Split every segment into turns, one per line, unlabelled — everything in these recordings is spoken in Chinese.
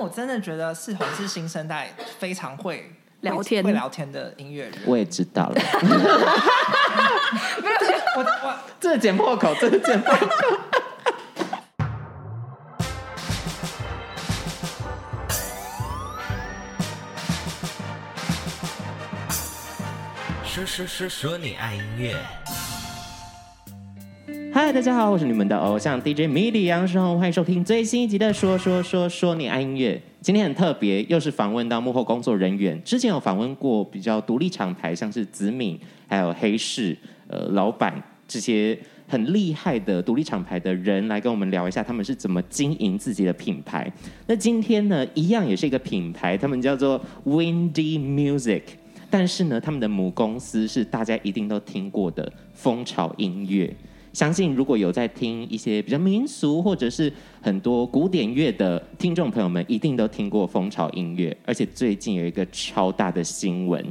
我真的觉得世宏是新生代非常会
聊天
会聊天的音乐人。
我也知道了，
没有，我我
这剪破口，这剪破口。
说说说说你爱音乐，
嗨，大家好，我是你们的偶像 DJ 米里杨世宏，欢迎收听最新一集的《说说说说你爱音乐》。今天很特别，又是访问到幕后工作人员。之前有访问过比较独立厂牌，像是子敏、还有黑市、呃老板这些很厉害的独立厂牌的人，来跟我们聊一下他们是怎么经营自己的品牌。那今天呢，一样也是一个品牌，他们叫做 Windy Music。但是呢，他们的母公司是大家一定都听过的蜂巢音乐。相信如果有在听一些比较民俗或者是很多古典乐的听众朋友们，一定都听过蜂巢音乐。而且最近有一个超大的新闻，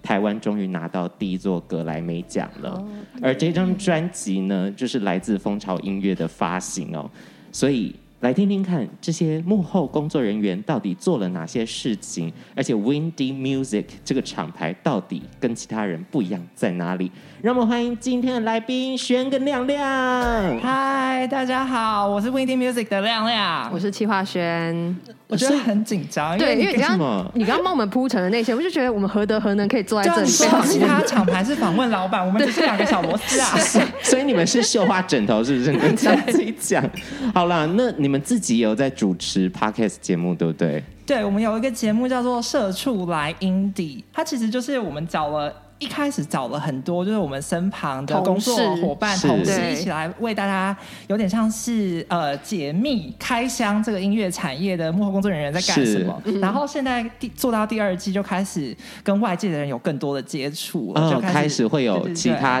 台湾终于拿到第一座格莱美奖了。而这张专辑呢，就是来自蜂巢音乐的发行哦。所以来听听看这些幕后工作人员到底做了哪些事情，而且 Windy Music 这个厂牌到底跟其他人不一样在哪里？让我们欢迎今天的来宾轩跟 亮亮。
嗨，大家好，我是 Windy Music 的亮亮，
我是戚化轩，
我觉得很紧
哎
张，
对，因
你
为你刚
为什么
刚你刚刚帮我们铺陈的那些，我就觉得我们何德何能可以坐在
就
这
你
里被
说
访
其
问？
他厂牌是访问老板，我们就是两个小螺丝 啊。
所以你们是绣花枕头是不是？你们这样自己讲。好啦，那你们自己也有在主持 podcast 节目对不对？
对，我们有一个节目叫做《社畜来 Indie》，它其实就是我们找了。一开始找了很多，就是我们身旁的工
同事
作伙伴、
是
同事
对
一起来为大家，有点像是呃解密、开箱这个音乐产业的幕后工作人员在干什么。然后现在第做到第二季，就开始跟外界的人有更多的接触了，
嗯，
就
开始会
对
有
对对
其 他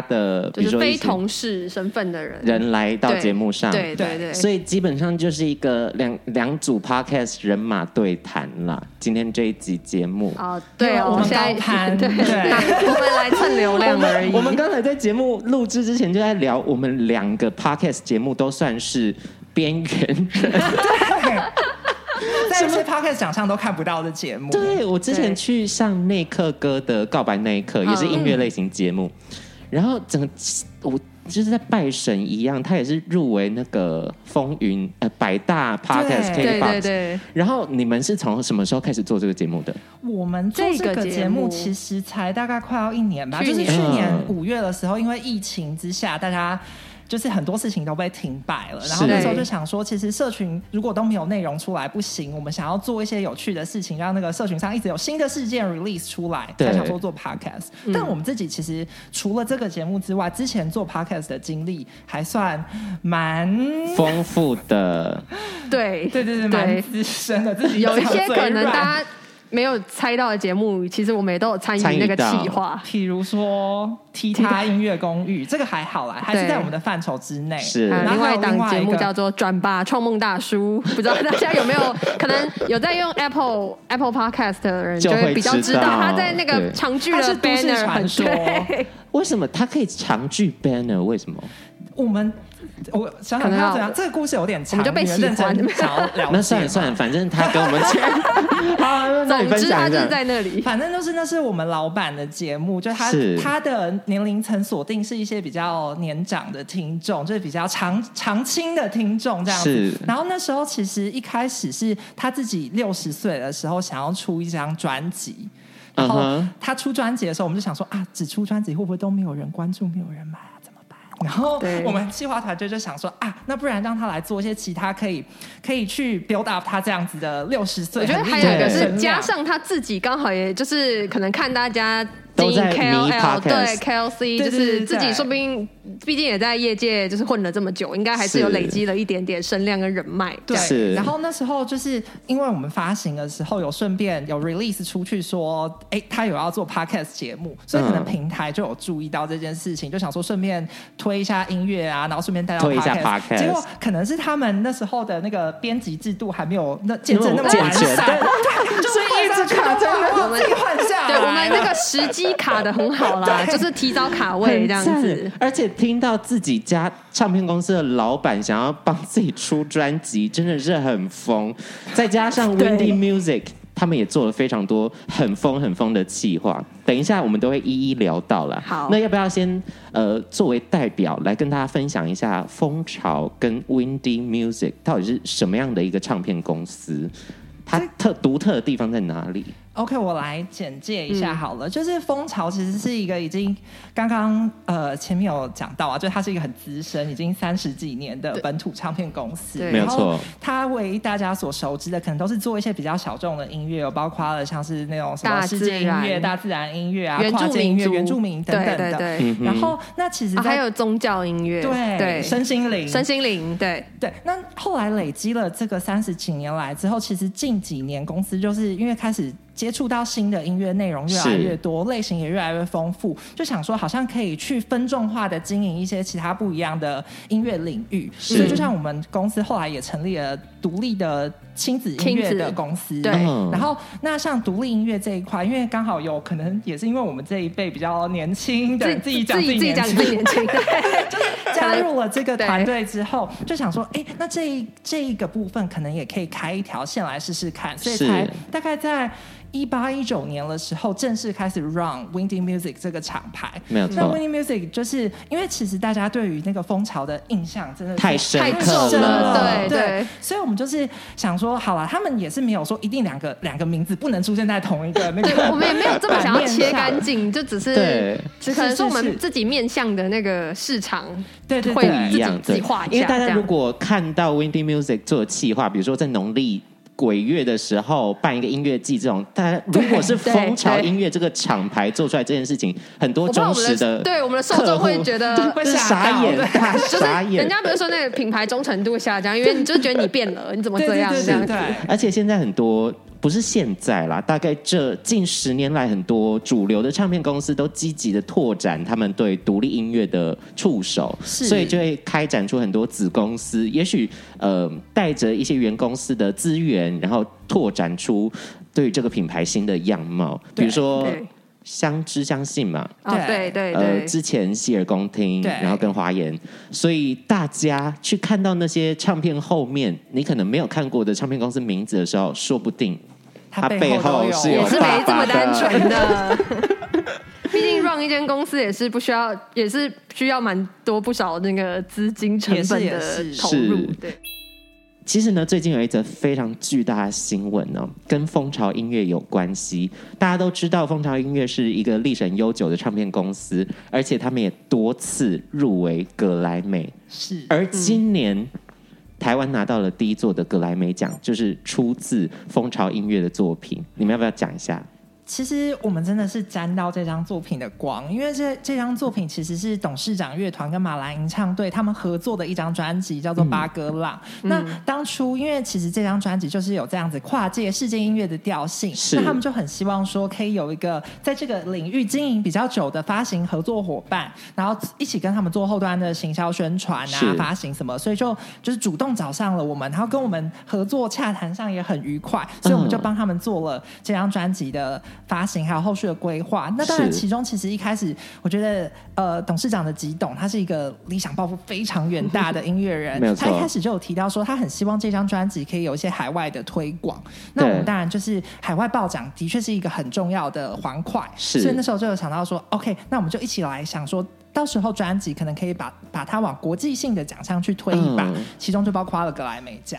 的，
就
比如
是
说一
非
些
同事身份的人
人来到
对
节目上，
对对对，
所以基本上就是一个两两组 podcast 人马对谈啦。今天这一集节目，
哦，对
因为我
哦，
们
现在
高攀
对，
对
那我们来蹭流量而已。
我们刚才在节目录制之前就在聊，我们两个 podcast 节目都算是边缘人。
在一些 podcast 奖项都看不到的节目。
对我之前
对
去上内克哥的告白那一
嗯
刻，也是音乐类型节目，然后整个我就是在拜神一样，他也是入围那个风云呃百大
对
podcast K
对
box。
对对，
然后你们是从什么时候开始做这个节目的？
我们做
这
这
个
个
节
节目
目
其实才大概快要一年吧，
去
就是
年
去年
嗯
五月的时候，因为疫情之下，大家。就是很多事情都被停摆了，然后
是
那时候就想说，其实社群如果都没有内容出来不行，我们想要做一些有趣的事情，让那个社群上一直有新的事件 release 出来，
对
才想说做 podcast。但我们自己其实除了这个节目之外，之前做 podcast 的经历还算蛮，
丰富的，
对
对对对，蛮资深的，自己
有一
讲
些
嘴
可能
软
大家没有猜到的节目，其实我们也都有参
参
与
与
那个
到
企划。
譬如说踢踏音乐公寓，这个还好啦，还是在我们的范畴之内。
是
还有
然后
嗯另外一档节目
个
叫做《转吧创梦大叔》，不知道大家有没有可能有在用 Apple Apple Podcast 的人，
就
就
会
会比较
知
知
道
道他在那
对
个长剧
它是
的
都市
banner
传
很
说
对，
为什么它可以长剧 banner？为什么？
我们，我想想
可
看
能要
要怎样，这个故事有点长，
我们就被
你认
喜欢
真想要了解。
那算了算了，，反正他跟我们 讲，好， 那你
总
分
之他
享一
就是
下。
在那 里。
反正就是那是我们老板的节目，就他
是
他的年龄层锁定是一些比较年长的听众，就是比较长长青的听众这样子
是。
然后那时候其实一开始是他自己六十岁的时候想要出一张专辑。然
嗯
后
哼
他出专辑的时候，我们就想说啊，只出专辑会不会都没有人关注，没有人买啊，怎么办？然后
对
我们计划团队就想说啊，那不然让他来做一些其他可以可以去 build up 他这样子的六十岁
我
很啊
觉
厉
得
害的
还
声量。
有一个是加上他自己刚好也就是可能看大家
都
经营
在迷
KOL
podcast
对 KLC，
对
就
对
是
对
自己
对
说不定毕竟也在业界就是混了这么久，应该还是有
是
累积了一点点声量跟人脉。这
对，
样
是
然后那时候就是因为我们发行的时候有顺便有 release 出去说，哎、他有要做 podcast 节目，所以可能
嗯
平台就有注意到这件事情，就想说顺便推一下音乐啊，然后顺便带到
推一下 podcast
结果可能是他们那时候的那个编辑制度还没有那见证
那
那么
么哦 健
完
全
善，所以一直卡在那，自己换下
对
来
我们那个
了
时机卡的很 好啦，就是提早卡位这样子
赞。而且听到自己家唱片公司的老板想要帮自己出专辑，真的是很疯。再加上 Windy Music，他们也做了非常多很疯很疯的企划。等一下我们都会一一聊到了。
好
那要不要先呃作为代表来跟大家分享一下风潮跟 Windy Music 到底是什么样的一个唱片公司？它特独特的地方在哪里？
OK，我来简介一
嗯
下好了。就是蜂巢其实是一个已经刚刚呃前面有讲到啊，就它是一个很资深，已经三十几年的本土唱片公司。
对
没有错。
它为大家所熟知的，可能都是做一些比较小众的音乐，有包括了像是那种什么
大
世界音
自
乐、
然
大自然音乐啊、
原
跨
住
界音
民
乐、
族、
原住民等等
对
的。
对对
嗯哼
然后，那其实
啊
在
还有宗教音乐，
对
对，
身心灵、
身心灵，对，
对，那后来累积了这个三十几年来之后，其实近几年公司就是因为开始接触到新的音乐内容越来越多，类型也越来越丰富，就想说好像可以去分众化的经营一些其他不一样的音乐领域。
是
所以就像我们公司后来也成立了独立的亲子音乐的公司，
亲子对
嗯
然后那像独立音乐这一块，因为刚好有可能也是因为我们这一辈比较年轻的，自己讲
自己自己
年
讲
轻
自己年 轻，对
加入了这个团队之后，就想说，哎、那这一这一个部分可能也可以开一条线来试试看，所以
是
才大概在一八一九年的时候正式开始 run Windy Music 这个厂牌。
没有
那
错，
Windy Music 就是因为其实大家对于那个蜂巢的印象真的是
太深
太
刻
重
深
了，对
对
对。
所以我们就是想说，好了，他们也是没有说一定两个两个名字不能出现在同一个那
对，
个，
我们也没有这么想要切干净，就只是
对，
只可能是我
是是
们
是
自己面向的那个市场，
对对
会
对，
不一样，
自己自
对，
己画一下
因为大
这
家
样
如果看到 Windy Music 做的企划，比如说在农历鬼月的时候办一个音乐季这种，大家如果 是
对
蜂巢
对
音乐这个厂牌做出来这件事情，很多
我不知道
忠
我
实
们
的
对我们的受
客
众
户
会觉得
对
会
就是
吓
傻
到
眼，
对
大
就是
傻眼
人。家不是说那个品牌忠诚度下降，因为你就觉得你变了，你怎么
对
这
对
样
对
这样
对
子？
对。
而且现在很多不是现在啦，大概这近十年来，很多主流的唱片公司都积极的拓展他们对独立音乐的触手，
是
所以就会开展出很多子公司，也许呃带着一些原公司的资源，然后拓展出对于这个品牌新的样貌，比
对
如说
对。
相知相信嘛，
哦，对
对
对
呃，
对，
之前洗耳恭听，
对
然后跟华研，所以大家去看到那些唱片后面你可能没有看过的唱片公司名字的时候，说不定
它
它
背
背后
都有
是有
也是
爸
没这
爸
么
的
单纯的。 毕竟 run 一间公司也是不需要，也是需要蛮多不少那个资金成本
也
的
是也是
投入
是。
对，
其实呢，最近有一则非常巨大的新闻呢、跟蜂巢音乐有关系。大家都知道，蜂巢音乐是一个历史悠久的唱片公司，而且他们也多次入围格莱美。
是
而今年、台湾拿到了第一座的格莱美奖，就是出自蜂巢音乐的作品。你们要不要讲一下？
其实我们真的是沾到这张作品的光，因为这这张作品其实是董事长乐团跟马来吟唱队他们合作的一张专辑，叫
嗯
做《八哥浪》。那当初因为其实这张专辑就是有这样子跨界世界音乐的调性，
是
那他们就很希望说可以有一个在这个领域经营比较久的发行合作伙伴，然后一起跟他们做后端的行销宣传
是
啊、发行什么，所以就就是主动找上了我们，然后跟我们合作洽谈上也很愉快，所以我们就
嗯
帮。帮他们做了这张专辑的发行，还有后续的规划。那当然，
是
其中其实一开始，我觉得呃，董事长的吉董他是一个理想抱负非常远大的音乐人
没有，错
他一开始就有提到说，他很希望这张专辑可以有一些海外的推广。那
对
我们当然就是海外报奖的确是一个很重要的环块，
是
所以那时候就有想到说，OK，那我们就一起来想说。到时候专辑可能可以把把它往国际性的奖项去推一把，
嗯
其中就包括了格莱美奖。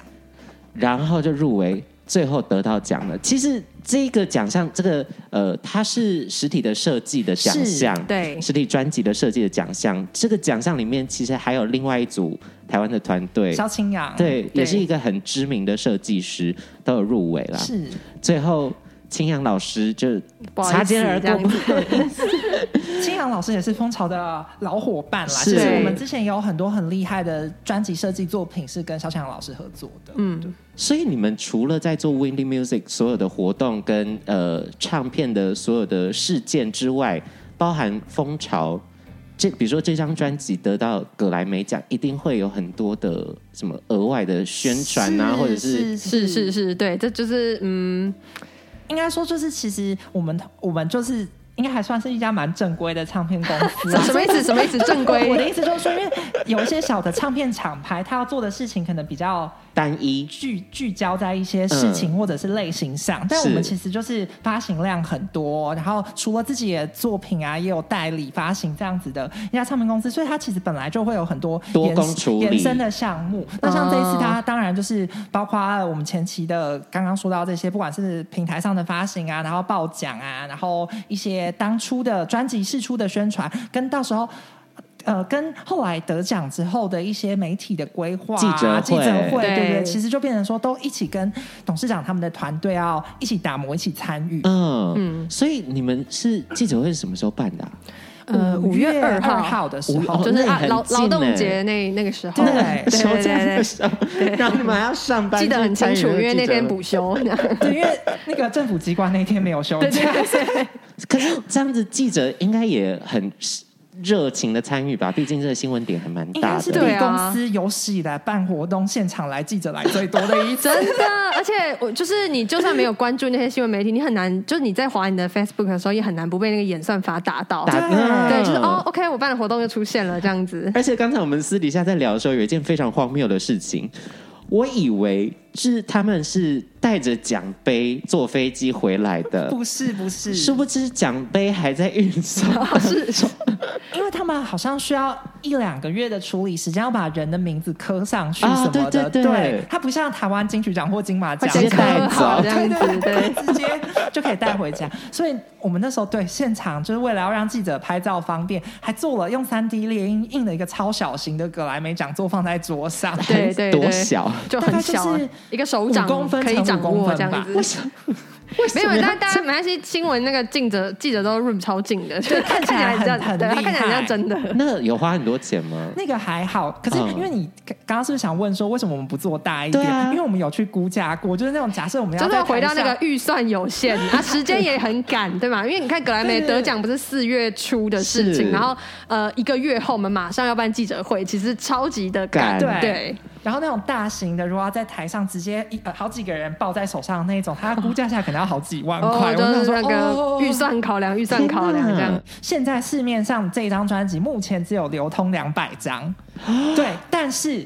然后就入围，最后得到奖了。其实这个奖项，这个呃，它是实体的设计的奖项，
对
实体专辑的设计的奖项。这个奖项里面其实还有另外一组台湾的团队，
萧清扬
对，
对
也是一个很知名的设计师，都有入围了。
是
最后。青阳老师就
不好意思
擦肩而
这样
过
子，
清扬老师也是蜂巢的老伙伴啦，
是
就是我们之前也有很多很厉害的专辑设计作品是跟萧清扬老师合作的。
嗯，
所以你们除了在做 Windy Music 所有的活动跟呃唱片的所有的事件之外，包含蜂巢，这比如说这张专辑得到格莱美奖，一定会有很多的什么额外的宣传啊，或者是
是是是，对，这就是嗯。
应该说就是其实我们我们就是。应该还算是一家蛮正规的唱片公司、啊，
什么意思？ 什么意思？
我的
正规
意思就是说，因为有一些小的唱片厂牌，它要做的事情可能比较
单一
聚聚焦在一些事情或者是类型上，但我们
嗯是
其实就是发行量很多，然后除了自己的作品啊，也有代理发行这样子的一家唱片公司，所以它其实本来就会有很多
多
延
工处理
延伸的项目。那像这一次，
哦
它当然就是包括我们前期的刚刚说到这些，不管是平台上的发行啊，然后报奖啊，然后一些当初的专辑试出的宣传，跟到时候。呃，跟后来得奖之后的一些媒体的规划、啊、
记者会
记者会，对不对？
对
其实就变成说，都一起跟董事长他们的团队要一起打磨，一起参与。
嗯所以你们是记者会是什么时候办的啊、
呃
五
五月
二
二号
号的时
五
候
哦，
就是啊
那很
劳
近
劳
欸
动节那那个时候，
对
那个
对
休
对
假
对
的时候，然后你们还要上班，
记得很清楚，因 为那天
不。
补休。
对，因为那个政府机关那天没有休假，
可是这样子，记者应该也很热情的参与吧？毕竟这个新闻点还蛮
应
大
该
的。
是
对
对
啊
公司有史以来办活动现场来记者来最多的一次。
真的，而且我就是你，就算没有关注那些新闻媒体，你很难，就是你在划你的 Facebook 的时候，也很难不被那个演算法打到。
打嗯
对
对，就是哦。，OK，我办的活动就出现了这样子。
而且刚才我们私底下在聊的时候，有一件非常荒谬的事情，我以为是他们是带着奖杯坐飞机回来的，
不是不是，
殊不知奖杯还在运送。
是
因为他们好像需要一两个月的处理时间，要把人的名字刻上去
啊
什么的。
对对对
它不像台湾金曲奖或金马奖
直接带
刻好
走
这样子，对。
哦对， 直接就可以带回家。所以我们那时候对现场，就是为了要让记者拍照方便，还做了用三 D 猎鹰印了一个超小型的格莱美奖座放在桌上，
对对对
多小
就很小啊、
大概就是
一个手掌
5公分
可以掌
乘5公
握
分
这样
吧
子。没有，但大家没关系。新闻那个记者记者都 room 超近的， 就看起来
看起来
像
很很
对，他
厉
看起来
害
像真的。
那有花很多钱吗？
那个还好，可是
嗯
因为你刚刚刚是不是想问说，为什么我们不做大一
对
点？
啊
因为我们有去估价过，就是那种假设我们要
就是
在
要回到
台
那
上
个预算有限，啊，时间也很赶，对吗？因为你看格莱美
对
得奖不是四月初的事
是
情，然后呃一个月后我们马上要办记者会，其实超级的赶，
赶
对，
然后那种大型的，如果要在台上直接一、呃、好几个人抱在手上的那种，它估价下可能要好几万块。
哦，
我
就
想
是
说，
那个
哦
预。算考量，预算考量
天
这
哪
样。
现在市面上这张专辑目前只有流通两百 张，对，但是。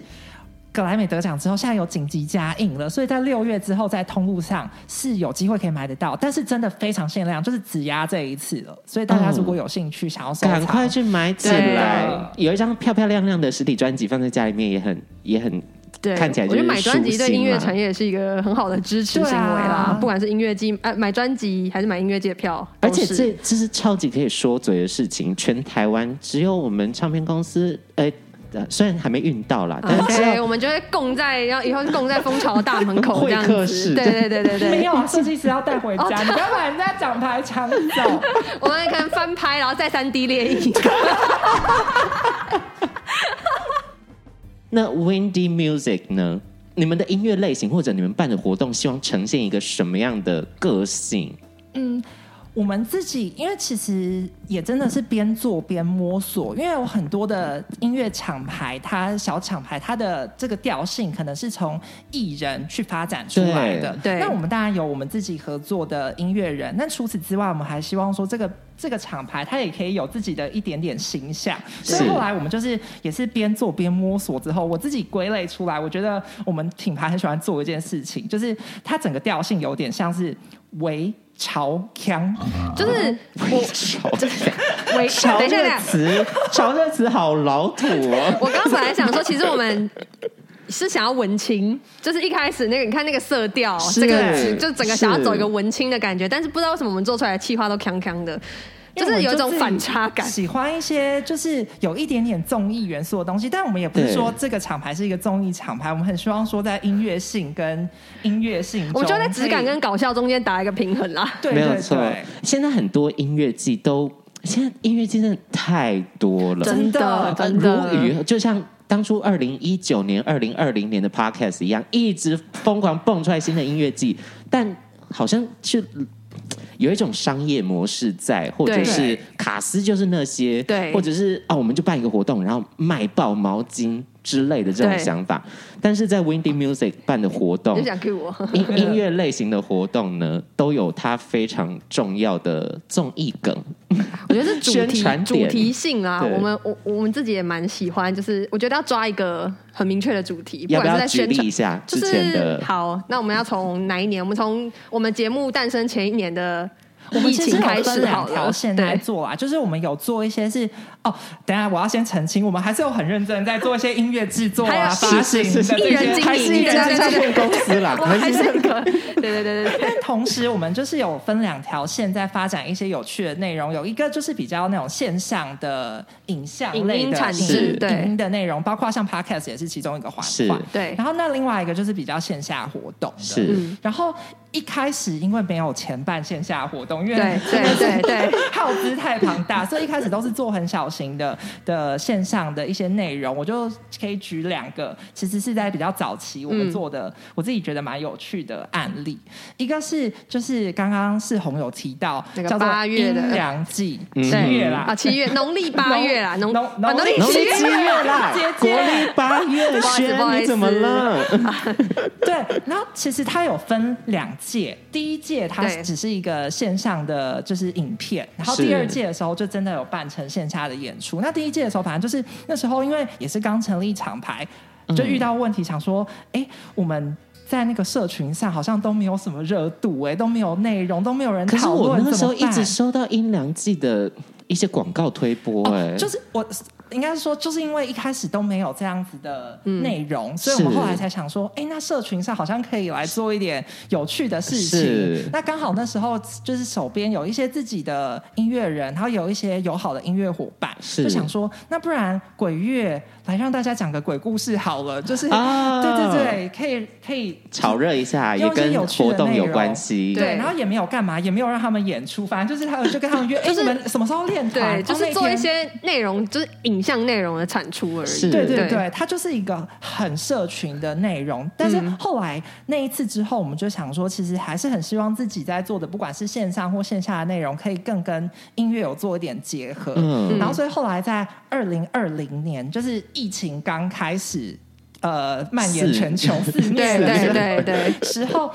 格莱美得奖之后，现在有紧急加印了，所以在六月之后，在通路上是有机会可以买得到，但是真的非常限量，就是只压这一次了。所以大家如果有兴趣，想要收藏，
赶快去买起
对
来！有一张漂漂亮亮的实体专辑放在家里面也很也很
对，
看起来就
我觉
是
得买专辑
舒
对
心啊
音乐
嘛
产业也是一个很好的支持
对
行为啦，
啊
不管是音乐季，呃，买专辑还是买音乐季的票，
而
都
且
是
这这是超级可以说嘴的事情，全台湾只有我们唱片公司，呃，呃虽然还没运到啦，
嗯
但是只
对，
有
我们就会供在，然后以后是供在蜂巢大门口这样
会客室
子。对对对对
没
对，
有啊，设计师要带回家，
哦
你不要把人家奖牌抢 走。
我们可能翻拍，然后再三 D 列印。
那 Windy Music 呢？你们的音乐类型或者你们办的活动，希望呈现一个什么样的个性？
我们自己，因为其实也真的是边做边摸索，因为有很多的音乐厂牌，它小厂牌，它的这个调性可能是从艺人去发展出来的。
对对
那我们当然有我们自己合作的音乐人，那除此之外，我们还希望说这个这个厂牌它也可以有自己的一点点形象。所以
是
后来我们就是也是边做边摸索之后，我自己归类出来，我觉得我们品牌很喜欢做一件事情，就是它整个调性有点像是微潮腔。
就是
潮
围，
潮
等一下，等一
这
下
个，词，潮这个词好老土哦。
我刚刚本来想说，其实我们。是想要文青，就是一开始那个，你看那个色调，
是
这个就整个想要
是
走一个文青的感觉，但是不知道为什么我们做出来的气化都锵锵的，
因
就
为我
是
们
有一种
自己
反差感。
喜欢一些就是有一点点综艺元素的东西，但我们也不是
对
说这个厂牌是一个综艺厂牌，我们很希望说在音乐性跟音乐性中，
我们就在质感跟搞笑中间打一个平衡啦。
对
没
对
有
对
错，现在很多音乐季都，现在音乐季真的太多了，
真的
真的，
如雨，就像当初二零一九年、二零二零年的 podcast 一样，一直疯狂蹦出来新的音乐季，但好像是有一种商业模式在，或者
对
是卡斯就是那些，
对
或者是啊，我们就办一个活动，然后卖爆毛巾之类的这种
对
想法。但是在 Windy Music 办的活动
就，想 cue 我，
音音乐类型的活动呢，都有它非常重要的综艺梗。
我觉得是主
宣
题
传
主
点
题性啊，
对
我们我我们自己也蛮喜欢，就是我觉得要抓一个很明确的主题，不
要不
管是在
要举
宣
例
传
一。下
就
之前
是
的？
好，那我们要从哪一年？我们从我们节目诞生前一年的
我们
疫
其实
情开
有分
始好
两条
了，
线来
对，
做啊，就是我们有做一些是哦，等一下我要先澄清，我们还是有很认真在做一些音乐制作
还有
啊、发行的这些，
艺人经
还是
理
艺人
对对
经
对
理
片公司啦，
我哦还是一个，对对对对对，
但同时，我们就是有分两条线在发展一些有趣的内容，有一个就是比较那种线上的影像类
影音
的
产
制
影
对
影音的内容，包括像 podcast 也是其中一个环
是
环。
对
然后那另外一个就是比较线下活动的
是
嗯
然后一开始因为没有钱办线下活动，因为
对 对对对，
耗资太庞大，所以一开始都是做很小型的的线上的一些内容。我就可以举两个，其实是在比较早期我们做
嗯
的，我自己觉得蛮有趣的案例。一个是就是刚刚世红有提到
那个
叫做
八月的
阴阳季
嗯
七
对
月
啊，
啦，
七月农历八月啦，农
农
啊
农
农历
历
农
七
历
月
七月啦
姐，
国
姐
历八月，
不好意思不好
轩
意思
你怎么了？
对，然后其实它有分两届，第一届它
对
只是一个线上的就是影片，然后
是
第二届的时候就真的有办成线下的演出。那第一届的时候，反正就是那时候因为也是刚成立厂牌，就遇到问题，想说，哎、我们。在那个社群上，好像都没有什么热度、哎，都没有内容，都没有人
可是
讨
我
论。
那个时候
怎么办
一直收到阴凉季的一些广告推播、
哦
哎、
哦就是我应该是说，就是因为一开始都没有这样子的
嗯
内容，所以我们
是
后来才想说，哎、那社群上好像可以来做一点有趣的事
是
情。那刚好那时候就是手边有一些自己的音乐人，然后有一些友好的音乐伙伴，
是
就想说，那不然鬼月来让大家讲个鬼故事好了，就是、
啊
对对对，可以可以
炒热一下，也
用一些
跟
有趣的
活动有
内容
关系。
对
对，然后也没有干嘛，也没有让他们演出，反正就是他们就跟他们约，哎、
就是
你们什么时候练团？
对，
然后
就是
那
做一
天
些内容，就是影像内容的产出而
是
已。
对
对
对对，它就是一个很社群的内容。但是
嗯
后来那一次之后，我们就想说，其实还是很希望自己在做的，不管是线上或线下的内容，可以更跟音乐有做一点结合。
嗯
然后所以后来在二零二零年，就是疫情刚开始，呃，蔓延
四
全球肆虐
对
的
对
时候
对 对，
时候。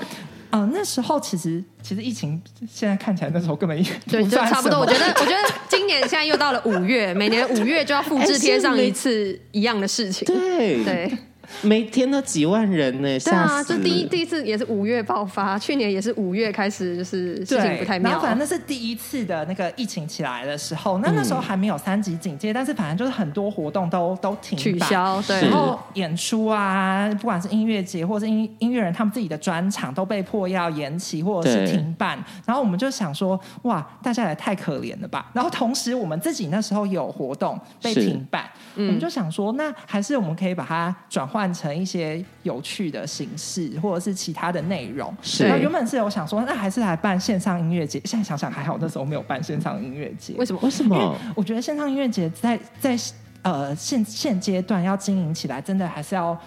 呃，那时候其实其实疫情现在看起来那时候根本也
对，
不
就
算
差不
什么
多。我觉得，我觉得今年现在又到了五月，每年五月就要复
哎
制贴上一次一样的事情。
对，
对
每天都几万人呢、
对
吓
啊，
死
这
了！
第一第一次也是五月爆发，去年也是五月开始，就是事情
对，
不太
然
妙
后。反正那是第一次的那个疫情起来的时候，那那时
嗯
候还没有三级警戒，但是反正就是很多活动都都停
取
摆。
消，对
是
然，后演出啊，不管是音乐节或是音音乐人他们自己的专场都被迫要延期或者是
对
停办，然后我们就想说，哇，大家也太可怜了吧。然后同时我们自己那时候有活动被
是嗯
停办，我们就想说，那还是我们可以把它转换成一些有趣的形式或者是其他的内容。
是
然后原本是有想说，那还是来办线上音乐节。现在想想还好，那时候没有办线上音乐节。
为什么
为？什么？
我觉得线上音乐节在在呃现现阶段要经营起来，真的还是要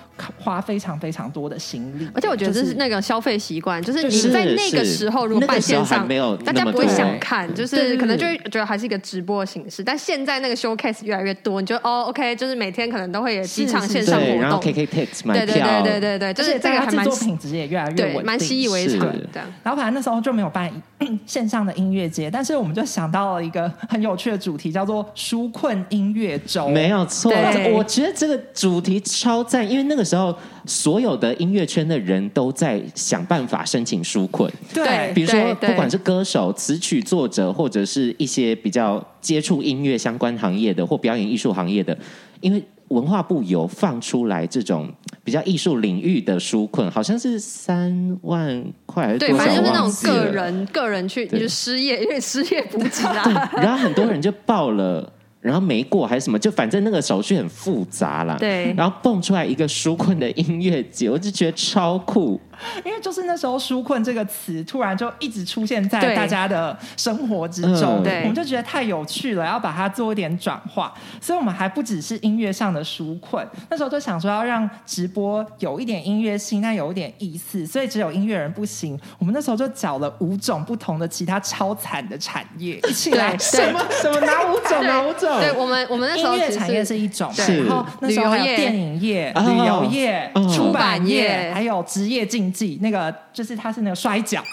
花非常非常多的心力。
而且我觉得
就
这是那个消费习惯，就是
是
你在那个时候如果办线
那个时候还
上，
没有
大
那么
家不会
多
想看，就
对对
是
对
可能就会觉得还是一个直播形式。但现在那个 showcase 越来越多，你就哦 OK，就是每天可能都会有几场
是是
线上活
对，然后
动，
KK Tex 买
对对
票，
对对对对，
而
就是
且
这个
大
还
家制
蛮
作品质也越来越
对
稳定，
蛮习以为常
是
这样。
然后反正那时候就没有办 线上的音乐节，但是我们就想到了一个很有趣的主题，叫做“纾困音乐周”。
没有错，
对
我觉得这个主题超赞，因为那个时候所有的音乐圈的人都在想办法申请纾困，
对
比如说
对对
不管是歌手、词曲作者，或者是一些比较接触音乐相关行业的或表演艺术行业的，因为文化部有放出来这种比较艺术领域的纾困，好像是三万块还是多
对，
少，
反正就是那
我
种
忘记
个
了。
人个人去，
对
你就失业，因为失业补给啊，
然后很多人就报了，然后没过还是什么，就反正那个手续很复杂啦。
对
然后蹦出来一个纾困的音乐节，我就觉得超酷。
因为就是那时候“纾困”这个词突然就一直出现在
对
大家的生活之中，
嗯
对
我们就觉得太有趣了，要把它做一点转化。所以我们还不只是音乐上的纾困，那时候就想说要让直播有一点音乐性，但有一点意思，所以只有音乐人不行。我们那时候就找了五种不同的其他超惨的产业一起来
对，
什么什么哪五种哪五种？
对我们我们那时候
嗯音乐
只是
产业是一种，
是
然后那时候还有
旅游业
电影业、
哦
旅游业、
哦
出版
出版
业，
业
还有职业竞技，那个就是它是那个摔跤，
啊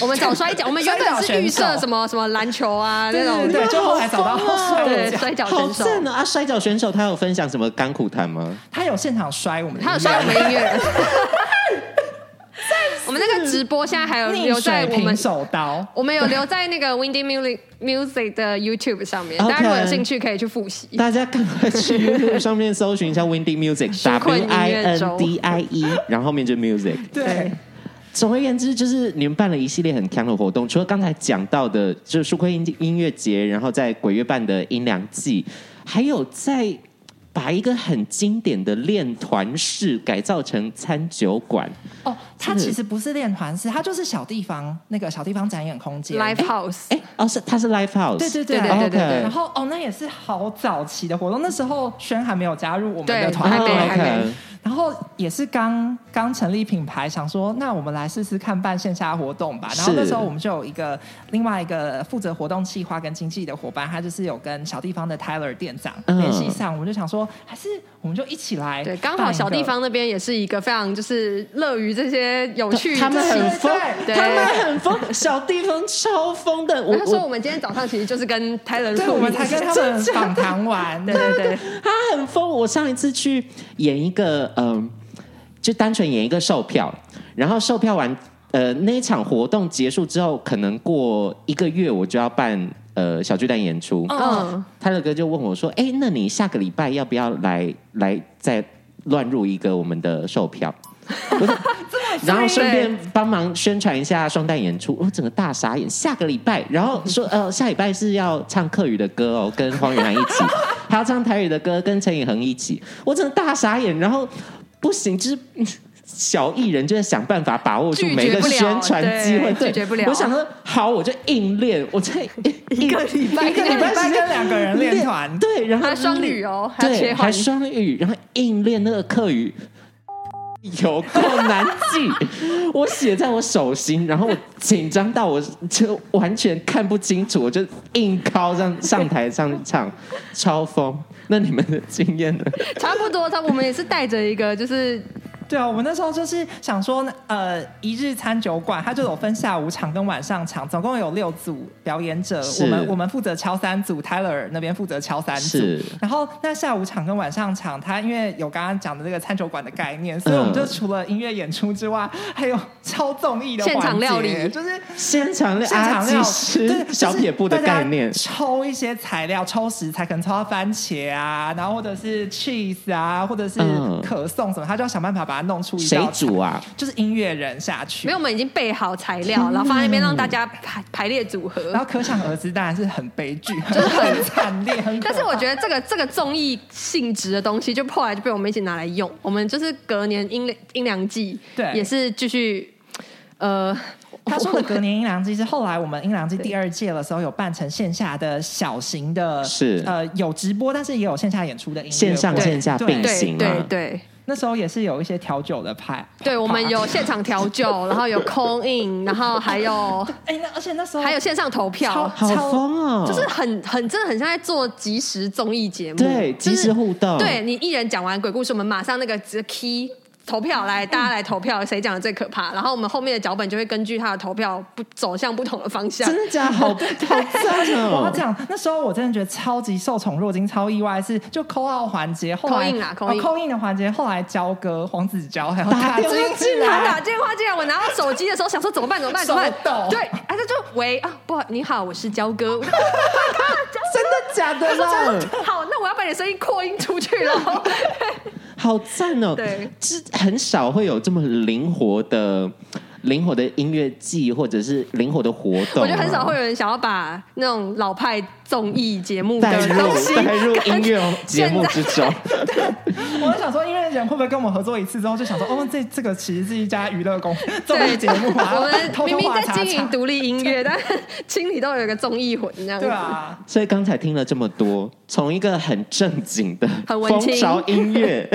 我们找摔跤，我们原本是预设什么什么篮球啊那种，
对，就后来找到摔
啊对
跤，
摔跤
好
选手，
赞哦！啊，摔跤选手他有分享什么甘苦谈吗？
他有现场摔我们的音乐，
他有摔我们音乐人。我们那个直播现在还有留
溺
在
水
我们
平手刀。
我们有留在那个 Windy Music Music 的 YouTube 上面，
OK
大家如果有兴趣可以去复习。
大家赶快去 YouTube 上面搜寻一下 Windy Music
纾困
W
音
I
乐
N
周
D I E，然后后面就是 Music。
对，
总而言之，就是你们办了一系列很强的活动，除了刚才讲到的，就是纾困音音乐节，然后在鬼月办的音量季，还有在把一个很经典的练团式改造成餐酒馆。
哦，它
是
其实不是练团式，它就是小地方那个小地方展演空间。
Live House，
哎、哦，是它是 Live House，
对对对
对对对对
OK
然后哦，那也是好早期的活动，那时候轩还没有加入我们
对
的
哦
团
还
队，
没还没
OK
然后也是刚刚成立品牌，想说那我们来试试看办线下活动吧。
是
然后那时候我们就有一个另外一个负责活动企划跟经济的伙伴，他就是有跟小地方的 Tyler 店长
嗯
联系上，我们就想说还是我们就一起来办
对，
一个。
刚好小地方那边也是一个非常就是乐于这些有趣。
他们很疯，
对
他们很疯，小地方超疯的。我
他说我们今天早上其实就是跟 Tyler
对，
录
我们
音
才跟 他们访谈完，
对对对，
他很疯。我上一次去演一个，嗯、就单纯演一个售票，然后售票完，呃，那一场活动结束之后，可能过一个月我就要办呃小巨蛋演出。
嗯，
泰勒哥就问我说：“哎、那你下个礼拜要不要来来再乱入一个我们的 售票？”我说然后顺便帮忙宣传一下双旦演出，我整个大傻眼。下个礼拜，然后说呃，下礼拜是要唱客语的歌哦，跟黄雨涵一起， 还要唱台语的歌，跟陈以恒一起，我整个大傻眼。然后不行，就是。嗯小艺人就是想办法把握住
拒绝
每一个
不了
宣传机会，
对拒绝不了
我想说，好，我就硬练，我在一个礼
拜
一个礼
拜
拜时间
跟两个人练团，
对，然后
还双语哦还要
对，
切换
还双语，然后硬练那个课语，有够难记。 我写在我手心，然后我紧张到我就完全看不清楚，我就硬靠上上台上唱，超疯。那你们的经验呢？
差不多，他我们也是带着一个就是
对啊，我们那时候就是想说，呃，一日餐酒馆，它就有分下午场跟晚上场，总共有六组表演者，
是
我们我们负责敲三组，Tyler 那边负责敲三组
是。
然后那下午场跟晚上场，它因为有刚刚讲的这个餐酒馆的概念，所以我们
嗯
就除了音乐演出之外，还有 超综艺的
现场
环节
料理
就是
现场料
现场料
阿基师
对 就是
小撇步的
大家
概念
抽一些材料，抽食材，可能抽到番茄啊，然后或者是 cheese 啊，或者是
嗯
可颂什么，他就要想办法把它弄出一
谁
道菜
煮啊？
就是音乐人下去。
没有，我们已经备好材料，然后放在那边让大家排排列组合。
然后可想而知，当然是很悲 剧，就是很惨烈，很可
但是我
怕
觉得这个这个综艺性质的东西，就后来就被我们一起拿来用。我们就是隔年阴阴凉季，
对
也是继续呃，
他说的隔年阴阳季是后来我们阴阳季第二届的时候有办成线下的小型的，
是
呃有直播，但是也有线下演出的音乐会
线上
对
线下
对
并
对
行
对
啊。
对
那时候也是有一些调酒的派，啊
对，我们有现场调酒，然后有 call in，然后还有
哎，那而且那时候
还有线上投
超
票，
好疯哦！
就是很很真的很像在做即时综艺节目，
对
就是
即时互动
对你一人讲完鬼故事，我们马上那个直接 key 投票来，大家来投票，谁讲的最可 怕？然后我们后面的脚本就会根据他的投票不走向不同的方向
真。的假的？好好赞
我要
哦！
讲，那时候我真的觉得超级受宠若惊，超意外是就扣二环节，后来
Call in 啦
哦
call in
call in 的环节，后来焦哥黄子佼还有
打
大
电话
金
进
他
来
打电话进来，我拿到手机的时候想说 怎么办？怎么办？怎么办
手抖？
对，哎，他就喂啊，不好，你好，我是 焦哥。我就
真的假的啦？
好，那我要把你的声音扩音出去了。
好赞哦！
对，
是很少会有这么灵活的灵活的音乐季或者是灵活的活动、啊，
我觉得很少会有人想要把那种老派综艺节目
带
的
入
东西
带入音乐节目之中。
我想说，音乐人会不会跟我们合作一次之后就想说，哦，这这个其实是一家娱乐公综艺
对
节目啊，
我们
偷
明
偷
明
画
在
叉
经营
叉，
独立音乐，但 心里都有一个综艺魂这样子
对。啊。
所以刚才听了这么多，从一个很正经的
很文青
风潮音 乐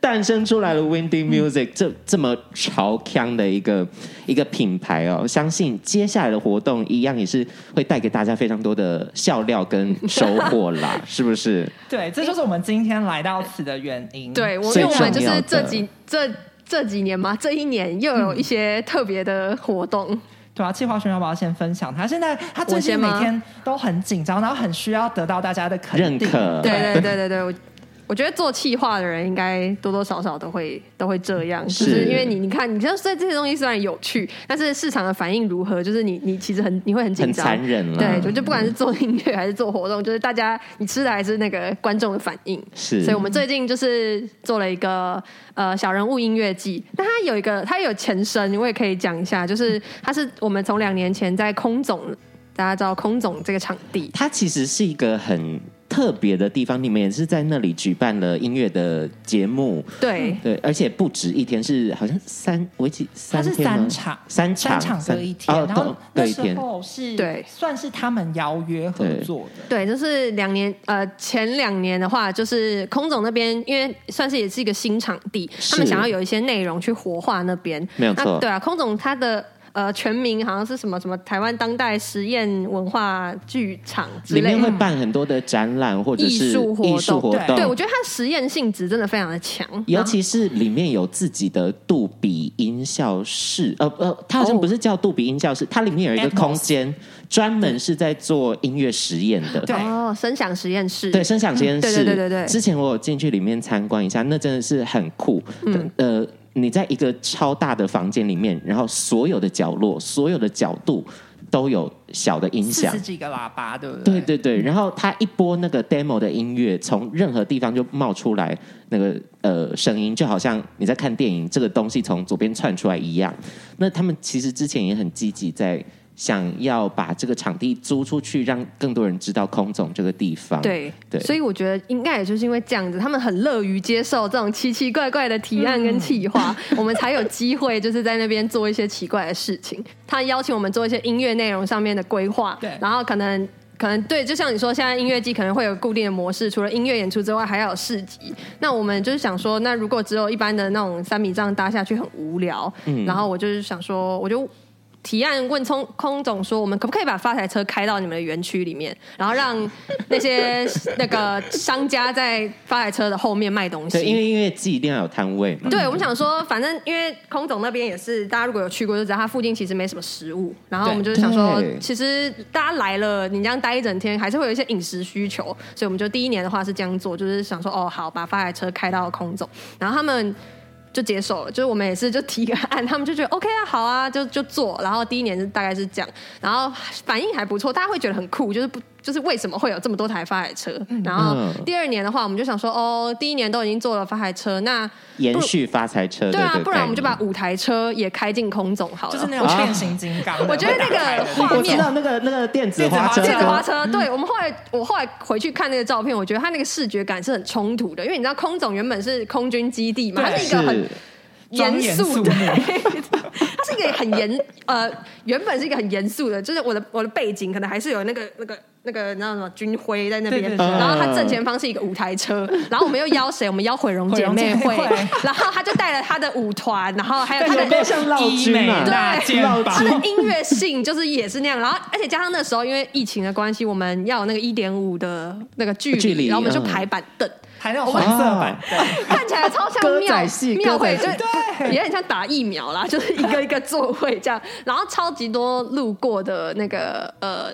诞生出来了 Windy Music 这这么潮腔的一个一个品牌哦，相信接下来的活动一样也是会带给大家非常多的笑料跟收获 啦，是不是？
对，这就是我们今天来到此的原因。
对，我因
嗯最
为我们就
重要
是
的
这几这这几年嘛，这一年又有一些特别的活动，
对啊，计划轩要不要先分享他？现在他最
我
近
先
每
吗
天都很紧张，然后很需要得到大家的肯
认
定。
可
对对对对对，我我觉得做企划的人应该多多少少都会都会这样，就是是因为你你看，你像这这些东西虽然有趣，但是市场的反应如何，就是你你其实很你会很紧
很
张，
残忍啊了，
对，就就不管是做音乐还是做活动，就是大家你吃的还是那个观众的反应。
是
所以我们最近就是做了一个呃小人物音乐季，那它有一个它有前身，我也可以讲一下，就是它是我们从两年前在空总，大家知道空总这个场地，
它其实是一个很特别的地方，你们也是在那里举办了音乐的节目，
对，
对，而且不止一天，是好像三，我记
它
三
是
天吗
三场，
三
三
场，
场各一天，
哦，
然
都
后
各
那
一
时
天，
候是
对
算是他们邀约合
对
作的。
对，就是两年，呃，前两年的话，就是空总那边，因为算是也是一个新场地，他们
是
想要有一些内容去活化那边。
没有错
那对啊，空总它的呃全名好像是什么什么台湾当代实验文化剧场之
里
类
面
的
会。办很多的展览或者是
艺术活动
艺术活
对
对，我觉得它的实验性质真的非常的强，
尤其是里面有自己的杜比音效室，呃呃，它好像
哦
不是叫杜比音效室，它里面有一个
Atmos
空间专门是在做音乐实验的。
对
哦，声响实验室，
对，声响实验室、
嗯对对对对对
之前我有进去里面参观一下，那真的是很酷。嗯，呃，你在一个超大的房间里面，然后所有的角落、所有的角度都有小的音
四
响
十。几个喇叭，对不
对对
嗯
对，然后他一播那个 demo 的音乐，从任何地方就冒出来那个呃声音，就好像你在看电影，这个东西从左边窜出来一样。那他们其实之前也很积极，在想要把这个场地租出去，让更多人知道空总这个地方。
对
对
所以我觉得应该也就是因为这样子，他们很乐于接受这种奇奇怪怪的提案跟企划， 我们才有机会就是在那边做一些奇怪的事情。他邀请我们做一些音乐内容上面的规划，
对
然后可能。可能对，就像你说，现在音乐季可能会有固定的模式，除了音乐演出之外，还要有市集。那我们就是想说，那如果只有一般的那种三米帐搭下去很无聊，然后我就是想说，我就提案问空空总说，我们可不可以把发财车开到你们的园区里面，然后让那些那个商家在发财车的后面卖东西？
对，因为音乐季一定要有摊位嘛。
对，我们想说，反正因为空总那边也是，大家如果有去过就知道，它附近其实没什么食物。然后我们就是想说
对，
其实大家来了，你这样待一整天，还是会有一些饮食需求，所以我们就第一年的话是这样做，就是想说，哦，好，把发财车开到空总，然后他们。就接受了，就是我们也是就提个案，他们就觉得 OK 啊，好啊，就就做。然后第一年是大概是这样，然后反应还不错，大家会觉得很酷，就是不就是为什么会有这么多台发海车？然 后
嗯
第二年的话，我们就想说，哦，第一年都已经做了发海车，那
延续发财车的
对啊
这，个
不然我们
概
就
念
把五台车也开进空总好了。
就是那
啊
种变形金刚的。
我觉得那个画
我知
面。
道那个那个电子
电子
花
花
车
车
电子
跟
花车，对啊我们后来，我后来回去看那个照片，我觉得它那个视觉感是很冲突的，因为你知道空总原本是空军基地嘛，
对
它是一个很
是啊
庄
严
严
肃
肃
的，
穆
它是一个很严呃，原本是一个很严肃的，就是我的我的背景可能还是有那个那个那个那什么军徽在那边，
对对对
然后它正前方是一个舞台 车，然后我们又邀谁？我们邀毁容姐妹
毁
会
容姐妹会，
然后他就带了他的舞团，然后还有
但
他的
有没有
像绕
医
军
美
啊
大
对
肩膀
它的音乐性就是也是那样，然后而且加上那时候因为疫情的关系，我们要有那个一点五的那个距离，
距离
然后我们就
嗯
排板凳，
还有黄色
啊
版，
看起来超像
歌
庙
仔戏
庙
歌仔
会，
戏
就 也很像打疫苗啦，就是一个一个座位这样，然后超级多路过的那个呃。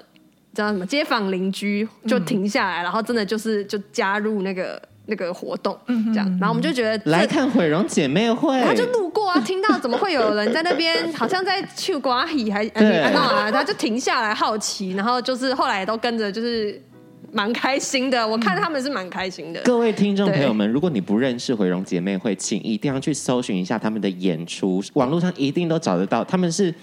叫什么？街坊邻居就停下来，然后真的就是就加入那个那个活动，这样，然后我们就觉得这
嗯来看毁容姐妹会，
他就路过啊，听到怎么会有人在那边，好像在去瓜皮还
对
那啊，他就停下来好奇，然后就是后来都跟着就是。蛮开心的，我看他们是蛮开心的。
各位听众朋友们，如果你不认识毁容姐妹会，请一定要去搜寻一下他们的演出，网络上一定都找得到。他们是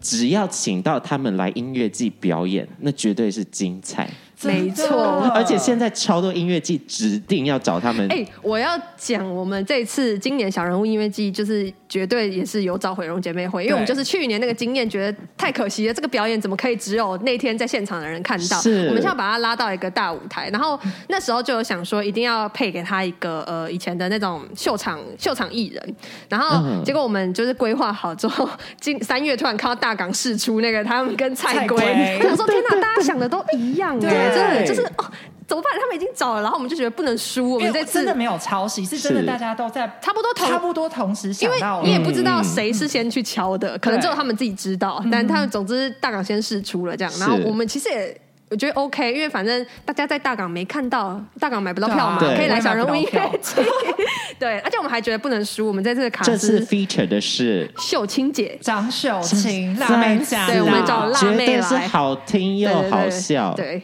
只要请到他们来音乐季表演，那绝对是精彩。
没错
而且现在超多音乐季指定要找他们。
哎、我要讲我们这次今年小人物音乐季，就是绝对也是有找毁容姐妹会，因为我们就是去年那个经验，觉得太可惜了，这个表演怎么可以只有那天在现场的人看到？
是
我们现在把它拉到一个大舞台，然后那时候就有想说，一定要配给他一个呃以前的那种秀场秀场艺人，然后
嗯
结果我们就是规划好之后，今三月突然看到大港试出那个他们跟蔡
蔡
圭，
圭
我想说天哪，大家想的都一样哎、
对
真的就是 哦，怎么办？他们已经找了，然后我们就觉得不能输，我
因
们
为
这
哎我
次
真的没有抄袭，是真的大家都在
差不多同
差不多同时想
因为
到了，嗯
你也不知道谁是先去敲的，可能只有他们自己知道。但他们总之大港先试出了这样，然后
是
我们其实也。我觉得 OK，因为反正大家在大港没看到，大港买不到票嘛，
对啊
可以来
对
小人物
买
音
不到
乐季。 对，而且我们还觉得不能输，我们这次的卡
这次
是
feature 的是
秀清姐，
张秀琴辣妹啊
在
家，
对我们找辣妹
绝对
来
是好听
对
又
对
好
对
笑。
对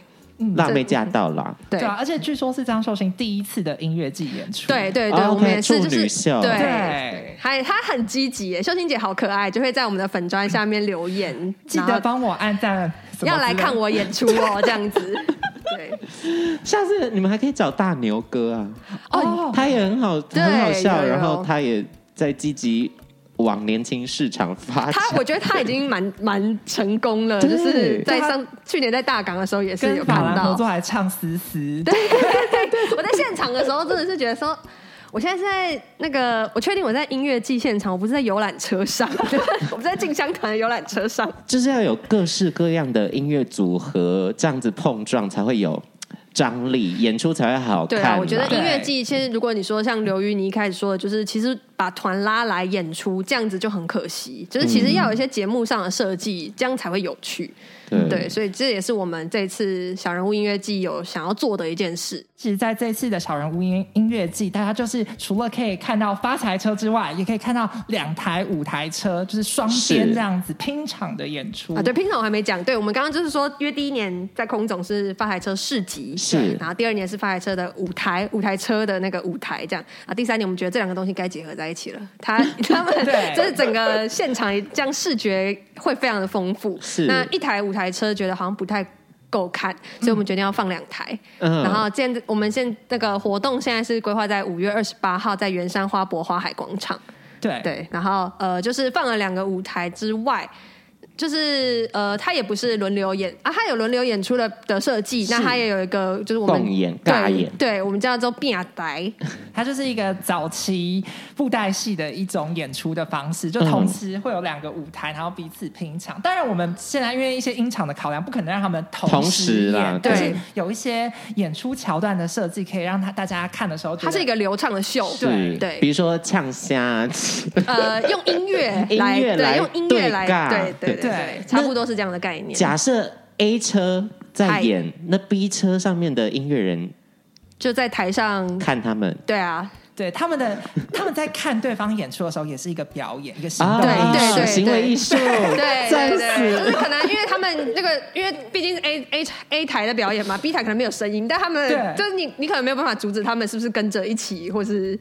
辣妹驾到了，
对
对啊，而且据说是张秀琴第一次的音乐季演出，
对对对，
哦
我们也是
，OK，
就
处
是
女秀
对
还她很积极耶，秀清姐好可爱，就会在我们的粉砖下面留言，
记
然
得
后
帮我按赞，什么之类的
要来看。我演出哦，这样子。对，
下次你们还可以找大牛哥啊，
哦，
他也很好，
对
很好
有
笑，
有
然后他也在积极往年轻市场发展。
他我觉得他已经蛮蛮成功了，
对
就是在上去年在大港的时候也是有
跟法
看
兰合
到
作。还唱思思，
我在现场的时候真的是觉得说。我现在是在那个，我确定我在音乐季现场，我不是在游览车上，我不是在进香团的游览车上。
就是要有各式各样的音乐组合，这样子碰撞才会有张力，演出才会好看
对
嘛。
啊，我觉得
对
音乐季，其实如果你说像刘瑜你一开始说的，就是其实把团拉来演出，这样子就很可惜。就是其实要有一些节目上的设计，这样才会有趣。
对
对，所以这也是我们这次小人物音乐季有想要做的一件事。
其实在这次的小人物音音乐季，大家就是除了可以看到发财车之外，也可以看到两台舞台车，就是双边
是
这样子拼场的演
嗯
出
啊，对，平常我还没讲，对我们刚刚就是说，因为第一年在空总是发财车市集，
是
然后第二年是发财车的舞台，舞台车的那个舞台这样，啊，第三年我们觉得这两个东西该结合在一起了，他 他们
对
就是整个现场这样视觉会非常的丰富，
是
那一台舞台车觉得好像不太。够看，所以我们决定要放两台。
嗯
然后现在我们现那个活动现在是规划在五月二十八号在圆山花博花海广场。
对
对，然后呃，就是放了两个舞台之外，就是呃，它也不是轮流演啊，它有轮流演出的的设计，那它也有一个就是我们
共演
对
尬演
对我们叫做变白，
它就是一个早期布袋戏的一种演出的方式，
嗯
就同时会有两个舞台，然后彼此拼场。当然，我们现在因为一些音场的考量，不可能让他们
同时
时
啦
演，
对
但是有一些演出桥段的设计，可以让他大家看的时候觉得，
它是一个流畅的秀，
是
对
比如说呛虾，
呃，用音乐
音
来
乐
对，
来
用音乐
对
来
尬
对对
对
对，差不多是这样的概念，
假设 A 车在演，那 B 车上面的音乐人
就在台上，
看他们，
对啊，
对他们的他们在看对方演出的时候，也是一个表演，一个行
啊，
动艺
嗯对
术。
对对
行为艺术，
对
赞
对
死
对，就是可能因为他们那个，因为毕竟是 A A A 台的表演嘛，B 台可能没有声音，但他们
对
就是你你可能没有办法阻止他们是不是跟着一起，或是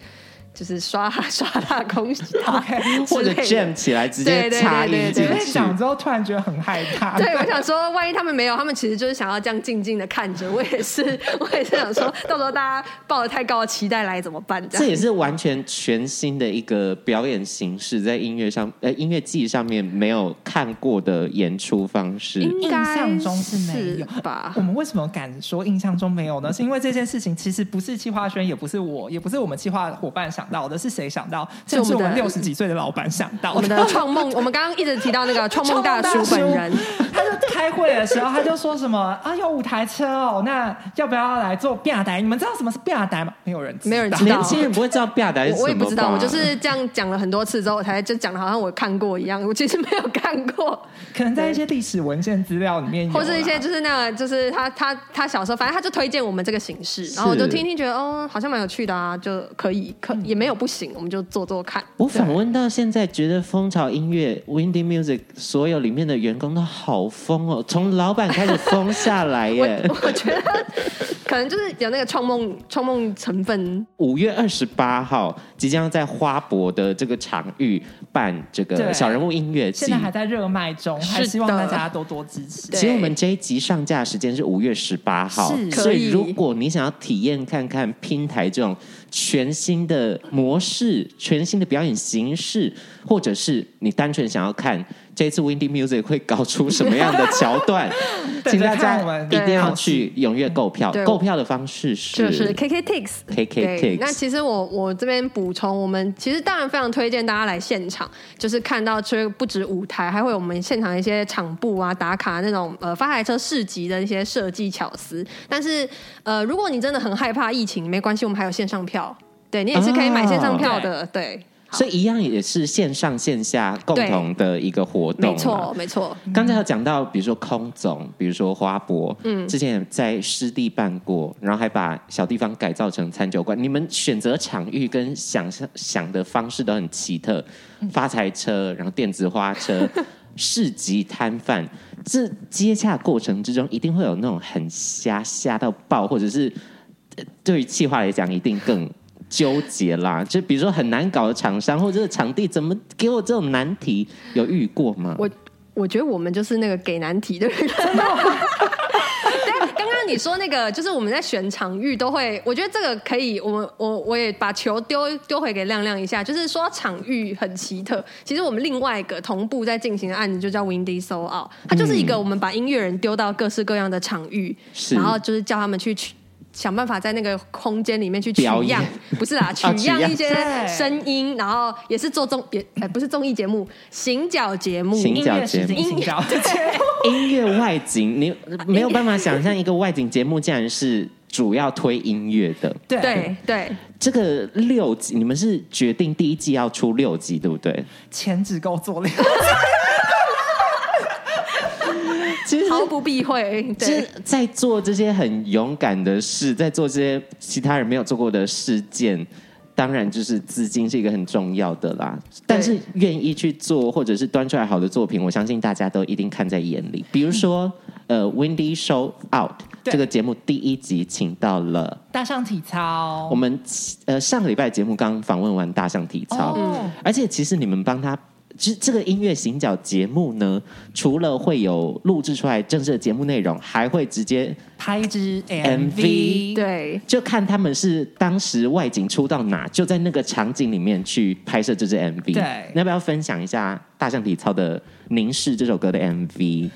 就是刷哈刷大空喜
OK，
或者
之类的
jam 起来直接
对对
插
对
音
对
进
对
因为
去，
讲之后突然觉得很害怕。
对，我想说，万一他们没有，他们其实就是想要这样静静的看着。我也是， 我也是想说，到时候大家抱着太高的期待来怎么办？这
这
样
也是完全全新的一个表演形式，在音乐上，呃，音乐季上面没有看过的演出方式。
应
印
该
象中是没有
是吧
我？们为什么敢说印象中没有呢？是因为这件事情其实不是企划轩，也不是我，也不是我们企划伙伴想到的，是谁想到？
是
这
我们
是
的
我们六十几岁的老板想到
我 们的创梦，我们刚刚一直提到那个创梦大叔本人，，
他就开会的时候，他就说什么啊，有五台车哦，那要不要来做变台？你们知道什么是变台吗？没有人，
没有人知道
年。轻人不会知道表达是什么
我我也不知道，
吧
我就是这样讲了很多次之后，我才就讲的好像我看过一样，我其实没有 看过，
可能在一些历史文献资料里面有啦，
或是一些就是那个就是他他他小时候，反正他就推荐我们这个形式，然后我就听一听，觉得哦好像蛮有趣的啊，就可以可也没有不行，我们就做做看。
我访问到现在，觉得蜂巢音乐 （Windy Music） 所有里面的员工都好疯哦，哦，从老板开始封下 来耶。
我觉得 可能就是有那个创梦创梦成分。
五月二十八号即将在花博的这个场域办这个
对
小人物音乐季
现在。还在热卖中，还
是
希望
的
大家多多支持。
对
其实我们这一集上架时间是五月十八号
是，
所
可以
以如果你想要体验看看拼台这种全新的模式、全新的表演形式，或者是你单纯想要看这次 Windy Music 会搞出什么样的桥段，
对
请大
就看
家
我们
一定要
对
去踊跃购票
对。
购票的方式是
就是 KKTix。对
KKTix，，
那其实我我这边补充，我们其实当然非常推荐大家来现场，就是看到这不止舞台，还会有我们现场一些场布啊、打卡那种呃发财车市集的一些设计巧思。但是呃，如果你真的很害怕疫情，没关系，我们还有线上票，对你也是可以买线上票的，对，
所以一样也是线上线下共同的一个活动。
没错，。没错，
刚才有讲到，比如说空总，比如说花博，嗯，之前也在湿地办过，然后还把小地方改造成餐酒馆。你们选择场域跟想象想的方式都很奇特，发财车，然后电子花车，市集摊贩，这接洽过程之中一定会有那种很瞎瞎到爆，或者是呃对于企划来讲一定更纠结啦。就比如说很难搞的厂商或者是场地，怎么给我这种难题？有遇过吗？
我我觉得我们就是那个给难题的 人。但刚刚你说那个，就是我们在选场域都会，我觉得这个可以，我们我我也把球丢丢回给亮亮一下，就是说到场域很奇特。其实我们另外一个同步在进行的案子就叫 Windy So Out，它就是一个我们把音乐人丢到各式各样的场域，
是
然后就是叫他们去取想办法在那个空间里面去取
表演啊
样，不 是啦，取
取
样
样
一些
对
声音，然后也是做综也呃不是综艺节目，行脚节目，
行
音
脚
乐
节
实
目
景行脚，
音乐外景，你没有办法想象一个外景节目竟然是主要推音乐的。
对
对对，
这个六集，你们是决定第一季要出六集，对不对？
钱只够做 了。
其实
毫不避讳，
是
对
在做这些很勇敢的事，在做这些其他人没有做过的事件。当然，就是资金是一个很重要的啦。但是愿意去做，或者是端出来好的作品，我相信大家都一定看在眼里。比如说，呃，《Windy Show Out》
对
这个节目第一集，请到了
大象体操，
我们呃上个礼拜节目刚访问完大象体操，
哦
而且其实你们帮他，其实这个音乐行脚节目呢，除了会有录制出来正式的节目内容，还会直接
拍一支
MV
MV，
对
就看他们是当时外景出到哪，就在那个场景里面去拍摄这支 MV。
对
你要不要分享一下大象体操的《凝视》这首歌的 MV？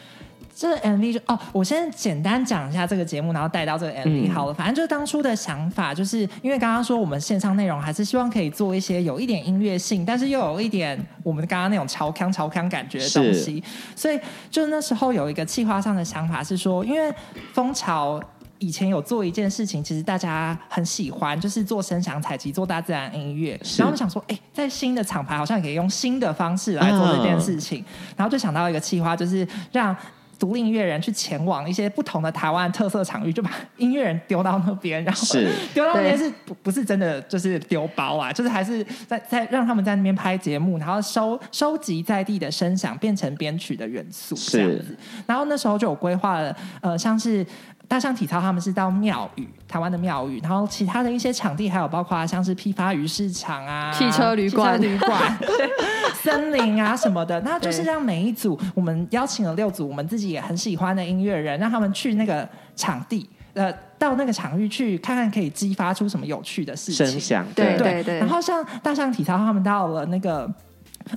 这个 MV 就哦，我先简单讲一下这个节目，然后带到这个 MV
嗯
好了。反正就是当初的想法，就是因为刚刚说我们线上内容还是希望可以做一些有一点音乐性，但是又有一点我们刚刚那种潮康潮康感觉的东西。所以就那时候有一个企划上的想法是说，因为蜂巢。以前有做一件事情，其实大家很喜欢，就是做声响采集，做大自然音乐。
是
然后我们想说，哎、在新的厂牌好像也可以用新的方式来做这
嗯
件事情。然后就想到一个企划，就是让。独立音乐人去前往一些不同的台湾特色场域，就把音乐人丢到那边，然后
是
丢到那边
对
是不不是真的就是丢包啊？就是还是在在让他们在那边拍节目，然后收收集在地的声响，变成编曲的元素这样
是
子。然后那时候就有规划了，呃，像是大象体操，他们是到庙宇，台湾的庙宇，然后其他的一些场地，还有包括像是批发鱼市场啊、
汽车旅馆
汽车旅馆、森林啊什么的。那就是
对
让每一组，我们邀请了六组我们自己也很喜欢的音乐人，让他们去那个场地，呃，到那个场域去看看，可以激发出什么有趣的事情。
声响
对
的
对
然后像大象体操，他们到了那个。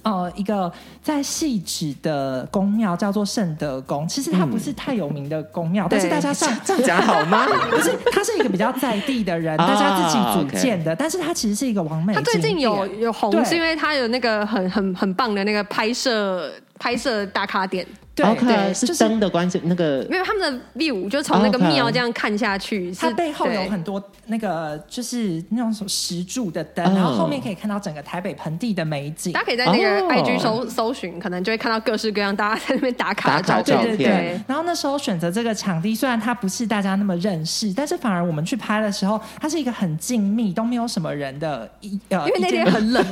呃，一个在细致的宫庙叫做圣德宫，其实它不是太有名的宫
嗯
庙，但是
对
大家上
这 样讲好吗？
不是，他是一个比较在地的人，
啊
大家自己组建的，但是他其实是一个完美
他
景点。
最近有有红，
对
是因为他有那个很很很棒的那个拍摄拍摄打卡点，
对
OK，
对，
是
就是
灯的关系，那个
因为他们的 view 就从那个
OK
庙这样看下去，是
它背后有
对
很多那个就是那种什么石柱的灯，
嗯
然后后面可以看到整个台北盆地的美景
大。家可以在那个
哦
IG 搜搜寻，可能就会看到各式各样大家在那边打卡的
打
照
卡
对
照
对
片
对，然后那时候选择这个场地，虽然它不是大家那么认识，但是反而我们去拍的时候，它是一个很静谧，都没有什么人的一呃，
因为 那
一间
天很冷，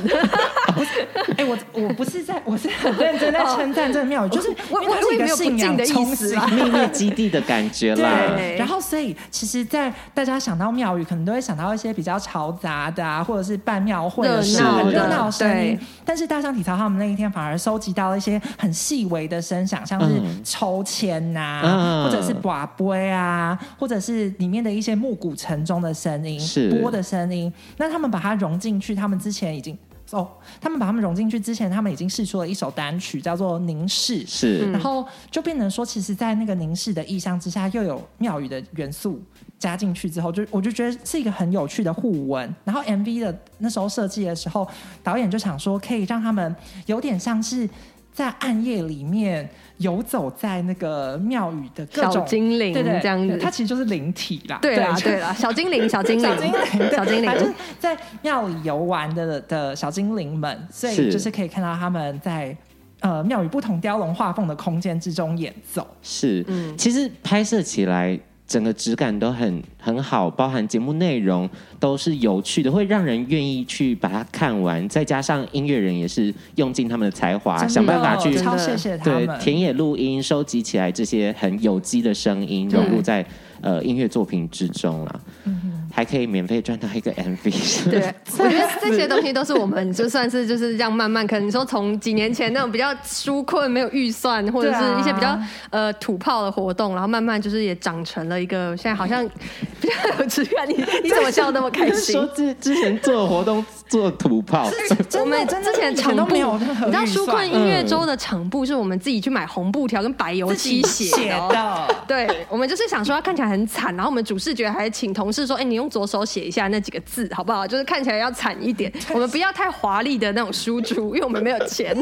哎、我我不是在，我是很认真在
哦
称赞真的妙语，就是
我
因为它
我
是
我
一
也
个
没有不
信仰
敬的意
冲
思
击
啊
秘密基地的感觉啦。
对，然后所以其实，在大家想到庙宇，可能都会想到一些比较嘈杂的啊，或者是办庙会的
热
声
闹
音
的
热闹的声音
对。
但是大象体操他们那一天反而收集到了一些很细微的声响，像是
嗯
抽签呐、
嗯
或者是把杯啊，或者是里面的一些暮鼓晨钟的声音、
是
波的声音。那他们把它融进去，他们之前已经。哦，他们把它们融进去之前，他们已经试出了一首单曲，叫做《凝视》。
嗯
是
然后就变成说，其实，在那个凝视的意象之下，又有庙宇的元素加进去之后，就我就觉得是一个很有趣的互文。然后 MV 的那时候设计的时候，导演就想说，可以让他们有点像是。在暗夜里面游走在那个庙宇的各种
小精灵
对对
这样子
对它其实就是灵体啦。
对啦
就
对啦，小精灵，小
嗯
精灵，
小精灵，对
小精灵
反正在庙里游玩的的小精灵们，所以
是
就是可以看到他们在呃庙宇不同雕龙画凤的空间之中演奏。
是，
嗯
其实拍摄起来整个质感都很很好，包含节目内容都是有趣的，会让人愿意去把它看完。再加上音乐人也是用尽他们的才华，
真的
啊想办法去
真的
超谢谢他
对
们。
田野录音收集起来这些很有机的声音，
对
融入在呃音乐作品之中啦，
嗯
还可以免费赚到一个 MV。
对， 我觉得这些东西都是我们就算是就是这样慢慢，可能你说从几年前那种比较纾困、没有预算，或者
对啊
是一些比较呃土炮的活动，然后慢慢就是也长成了一个现在好像 比较有质感。你你怎么笑得那么开
就是
心
说？之之前做的活动做土炮，
真的
我们
真的
之前
以
场
前都
布，
没有任何
你知道
预
纾
算嗯
困音乐周的场布是我们自己去买红布条跟白油漆写的哦、
的。
对，我们就是想说它看起来很惨，然后我们主视觉还请同事说：“哎、你用左手写一下那几个字好不好？就是看起来要惨一点，我们不要太华丽的那种输出，因为我们没有钱。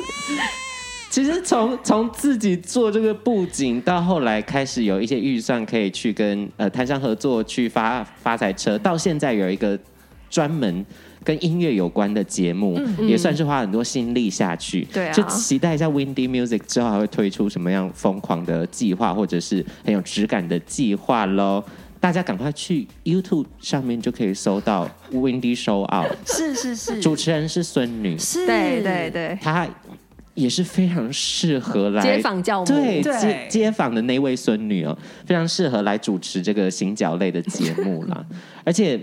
其实从从自己做这个布景到后来开始有一些预算可以去跟呃摊商合作去发发财车，到现在有一个专门跟音乐有关的节目，
嗯
也算是花很多心力下去。
对啊
就期待一下 Windy Music 之后还会推出什么样疯狂的计划，或者是很有质感的计划喽。大家赶快去 YouTube 上面就可以搜到 Windy Show Out，
是是是，
主持人是孙女，
是，
对对对，
她也是非常适合来
街坊教母，
对
对
街街坊的那位孙女哦，非常适合来主持这个行脚类的节目 啦。而且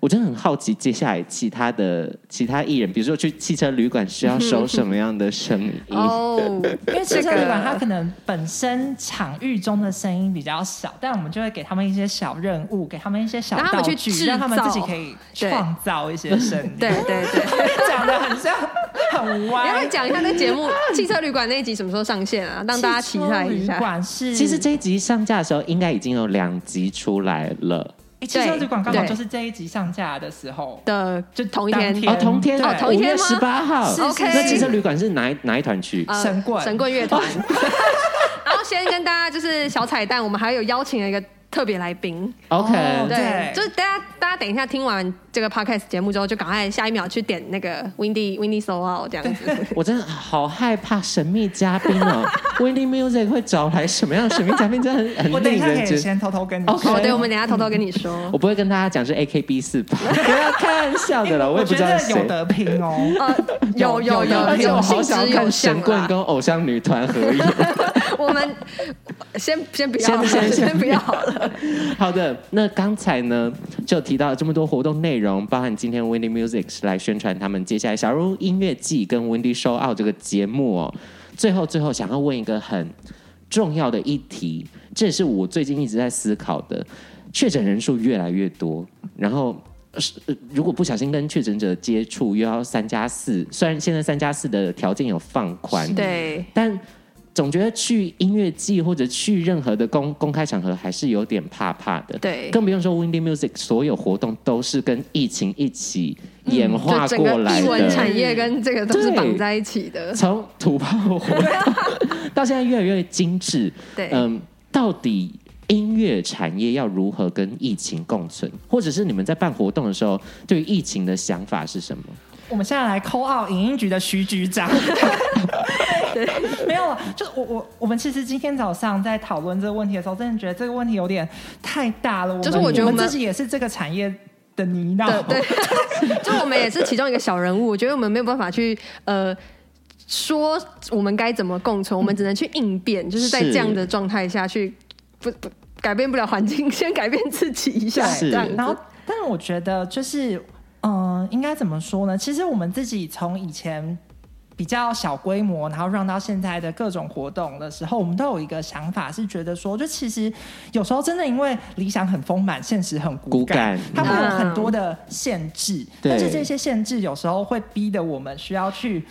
我真的很好奇，接下来其他的其他艺人，比如说去汽车旅馆是要收什么样的声音？
哦，
因为汽车
这个
旅馆它可能本身场域中的声音比较小，但我们就会给他们一些小任务，给他们一些小
让他
道
们去
具，
制
让他们自己
造
可以
对
创造一些声音。
对对对。
讲的很像很
你要不
歪
要。讲一下那节目《汽车旅馆》那一集什么时候上线啊？让大家期待一
汽车旅
下。
馆是，
其实这一集上架的时候，应该已经有两集出来了。
诶汽车旅馆刚好
对
就是这一集上架的时候，
的就同一
当
天
天
哦，同天，
对
哦
同一天
5
吗
月十八号。
是
，OK
那汽车旅馆是哪哪一团去？
呃
神棍
神棍乐团。然后先跟大家就是小彩蛋，我们还有邀请了一个特别来宾，
OK，
哦
对
对，
就是大家大家等一下听完这个 podcast 节目之后，就赶快下一秒去点那个 Windy Windy So Out 这样子。
我真的好害怕神秘嘉宾哦，Windy Music 会找来什么样的神秘嘉宾？真的很
我
很
等一
令
下可
人
以
觉。
先偷偷跟你
哦
说，
哦，对，我们等一下偷偷跟你 说
我。不会跟大家讲是 AKB 四八，不要开玩笑的了，我也不
觉
知道
得
是
有
谁。
得拼哦。
呃，有有有，
而且我
有
好
性
想
质
要看
有
神
像
棍
啦。
跟偶像女团合演。
我们先先不要
先
了，
先先
先不要 了。
好的，那刚才呢就提到了这么多活动内容，包含今天 Windy Music 是来宣传他们接下来小鹿音乐季跟 Windy Show Out 这个节目哦。最后，最后想要问一个很重要的议题，这也是我最近一直在思考的：确诊人数越来越多，然后。是呃如果不小心跟确诊者接触，又要三加四。虽然现在三加四的条件有放宽，
对，
但总觉得去音乐季或者去任何的公公开场合还是有点怕怕的。
对
更不用说 Windy Music 所有活动都是跟疫情一起演化
嗯就整
过
个
来
艺文
的。
产业跟这个都是
对
绑在一起的。
从土炮活动 到现在越来越精致，
对，
嗯，到底音乐产业要如何跟疫情共存，或者是你们在办活动的时候对于疫情的想法是什么？
我们现在来扣奥影音局的徐局 长。没有了，就我我我们其实今天早上在讨论这个问题的时候，真的觉得这个问题有点太大了。
就是我觉得
我
我们
自己也是这个产业的泥淖。
对对，就我们也是其中一个小人物，我觉得我们没有办法去呃。说我们该怎么共存，我们只能去应变，就是在
是
这样的状态下去，不不改变不了环境，先改变自己一下，
是
这样子。
然后，但是我觉得就是，嗯、应该怎么说呢？其实我们自己从以前。比较小规模，然后让到现在的各种活动的时候，我们都有一个想法，是觉得说，就其实有时候真的因为理想很丰满，现实很骨感，
骨感嗯
它会有很多的限制，
对
但是这些限制有时候会逼得我们需要去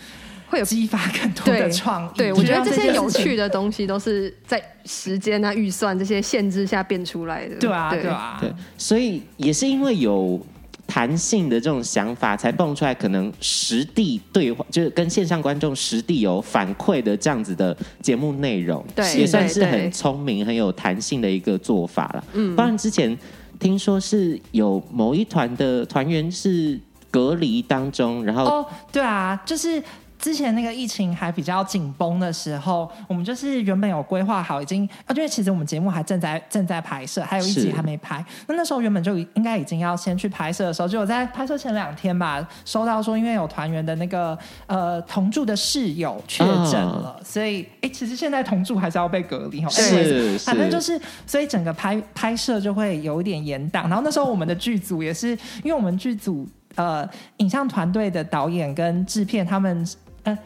会有
激发更多的
对
创意。
对，我
去
觉得
让
这
件
些
事
有
情
趣的东西都是在时间啊、预算这些限制下变出来的。
对啊，对啊，
对，所以也是因为有弹性的这种想法，才蹦出来可能实地对话，就是跟线上观众实地有反馈的这样子的节目内容，
对
也算
对
是很
对
聪明、很有弹性的一个做法了。嗯，不然之前听说是有某一团的团员是隔离当中，然后、
哦，对啊，就是。之前那个疫情还比较紧绷的时候，我们就是原本有规划好，已经啊，因为其实我们节目还正在正在拍摄，还有一集
是
还没拍。那那时候原本就应该已经要先去拍摄的时候，就我在拍摄前两天吧，收到说因为有团员的那个呃同住的室友确诊
嗯
了，所以哎、诶其实现在同住还是要被隔离哦。
是
anyways，
是
反正就是，所以整个拍拍摄就会有一点延档。然后那时候我们的剧组也是，因为我们剧组呃影像团队的导演跟制片他们呃。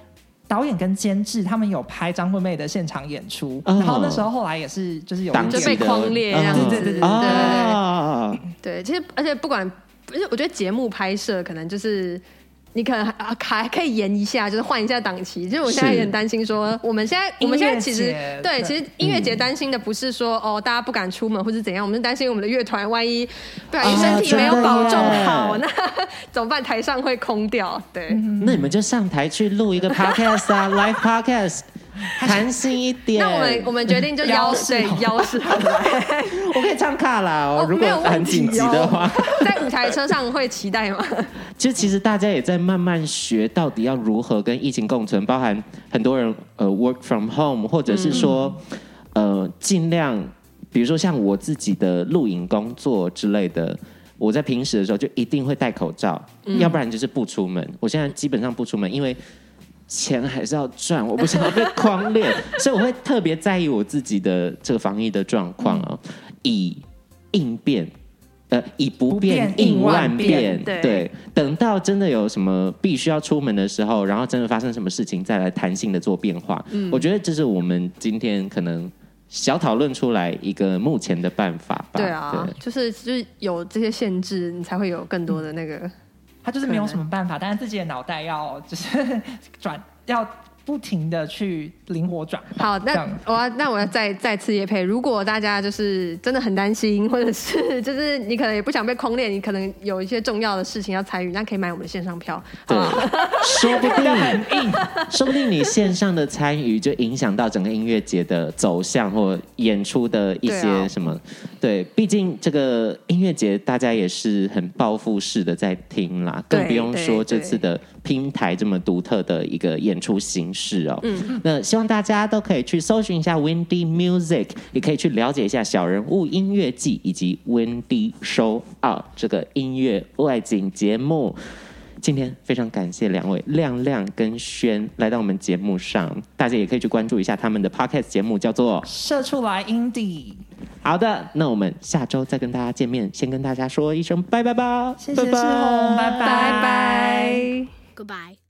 导演跟监制他们有拍张惠妹的现场演出，
哦
然后那时候后来也是就是有
档
一
就
期
点
被
的
框列这样
嗯
子
对对对对
啊
对，其实而且不管，而且我觉得节目拍摄可能就是。你可能还啊还可以延一下，就是换一下档期。就是我现在
是
也很担心说，我们现在我们现在其实对，
对
其实音乐节担心的不是说、哦大家不敢出门或是怎样，我们是担心我们的乐团万一不小心
啊
身体没有
真的
保重
耶嗯
好，那 怎么办？台上会空掉。对，
那你们就上台去录一个 podcast 啊，live podcast，弹性一点。
那我们我们决定就
腰
邀
式
对
好了
邀式好了
我可以唱卡拉哦，如
没
果
有问
很
题
紧急的话，
哦在舞台车上会期待吗？
就其实大家也在慢慢学到底要如何跟疫情共存，包含很多人呃 work from home，或者是说、呃尽量，比如说像我自己的录影工作之类的。我在平时的时候就一定会戴口罩，要不然就是不出门。我现在基本上不出门，因为钱还是要赚，我不想要被框列，所以我会特别在意我自己的这个防疫的状况啊，以应变，呃，以不变
不变
应
应
万
万变
变，
对
对，等到真的有什么必须要出门的时候，然后真的发生什么事情，再来弹性的做变化。我觉得这是我们今天可能小讨论出来一个目前的办法吧。
对啊，就是就是有这些限制，你才会有更多的那个。
他就是没有什么办法，但是自己的脑袋要就是转，要不停的去灵活转换。
好，
这
那
样
我要那我要再再次叶配，如果大家就是真的很担心，或者是 就是你可能也不想被框列，你可能有一些重要的事情要参与，那可以买我们的线上票。
对
好不好，
说不
要
定
很硬，
说不定你线上的参与就影响到整个音乐节的走向或演出的一
对
些
啊
什么。对，毕竟这个音乐节大家也是很报复式的在听啦，更
对
不用
对
说这
对
次的拼台这么独特的一个演出形式哦。
嗯
那希望大家都可以去搜寻一下 Windy Music，也可以去了解一下小人物音乐季以及 Windy Show Out 这个音乐外景节目。今天非常感谢两位亮亮跟轩来到我们节目上，大家也可以去关注一下他们的 podcast 节目，叫做
射出来 indie，
好的，那我们下周再跟大家见面，先跟大家说一声拜拜吧，
谢谢志宏，拜
拜拜。
Goodbye.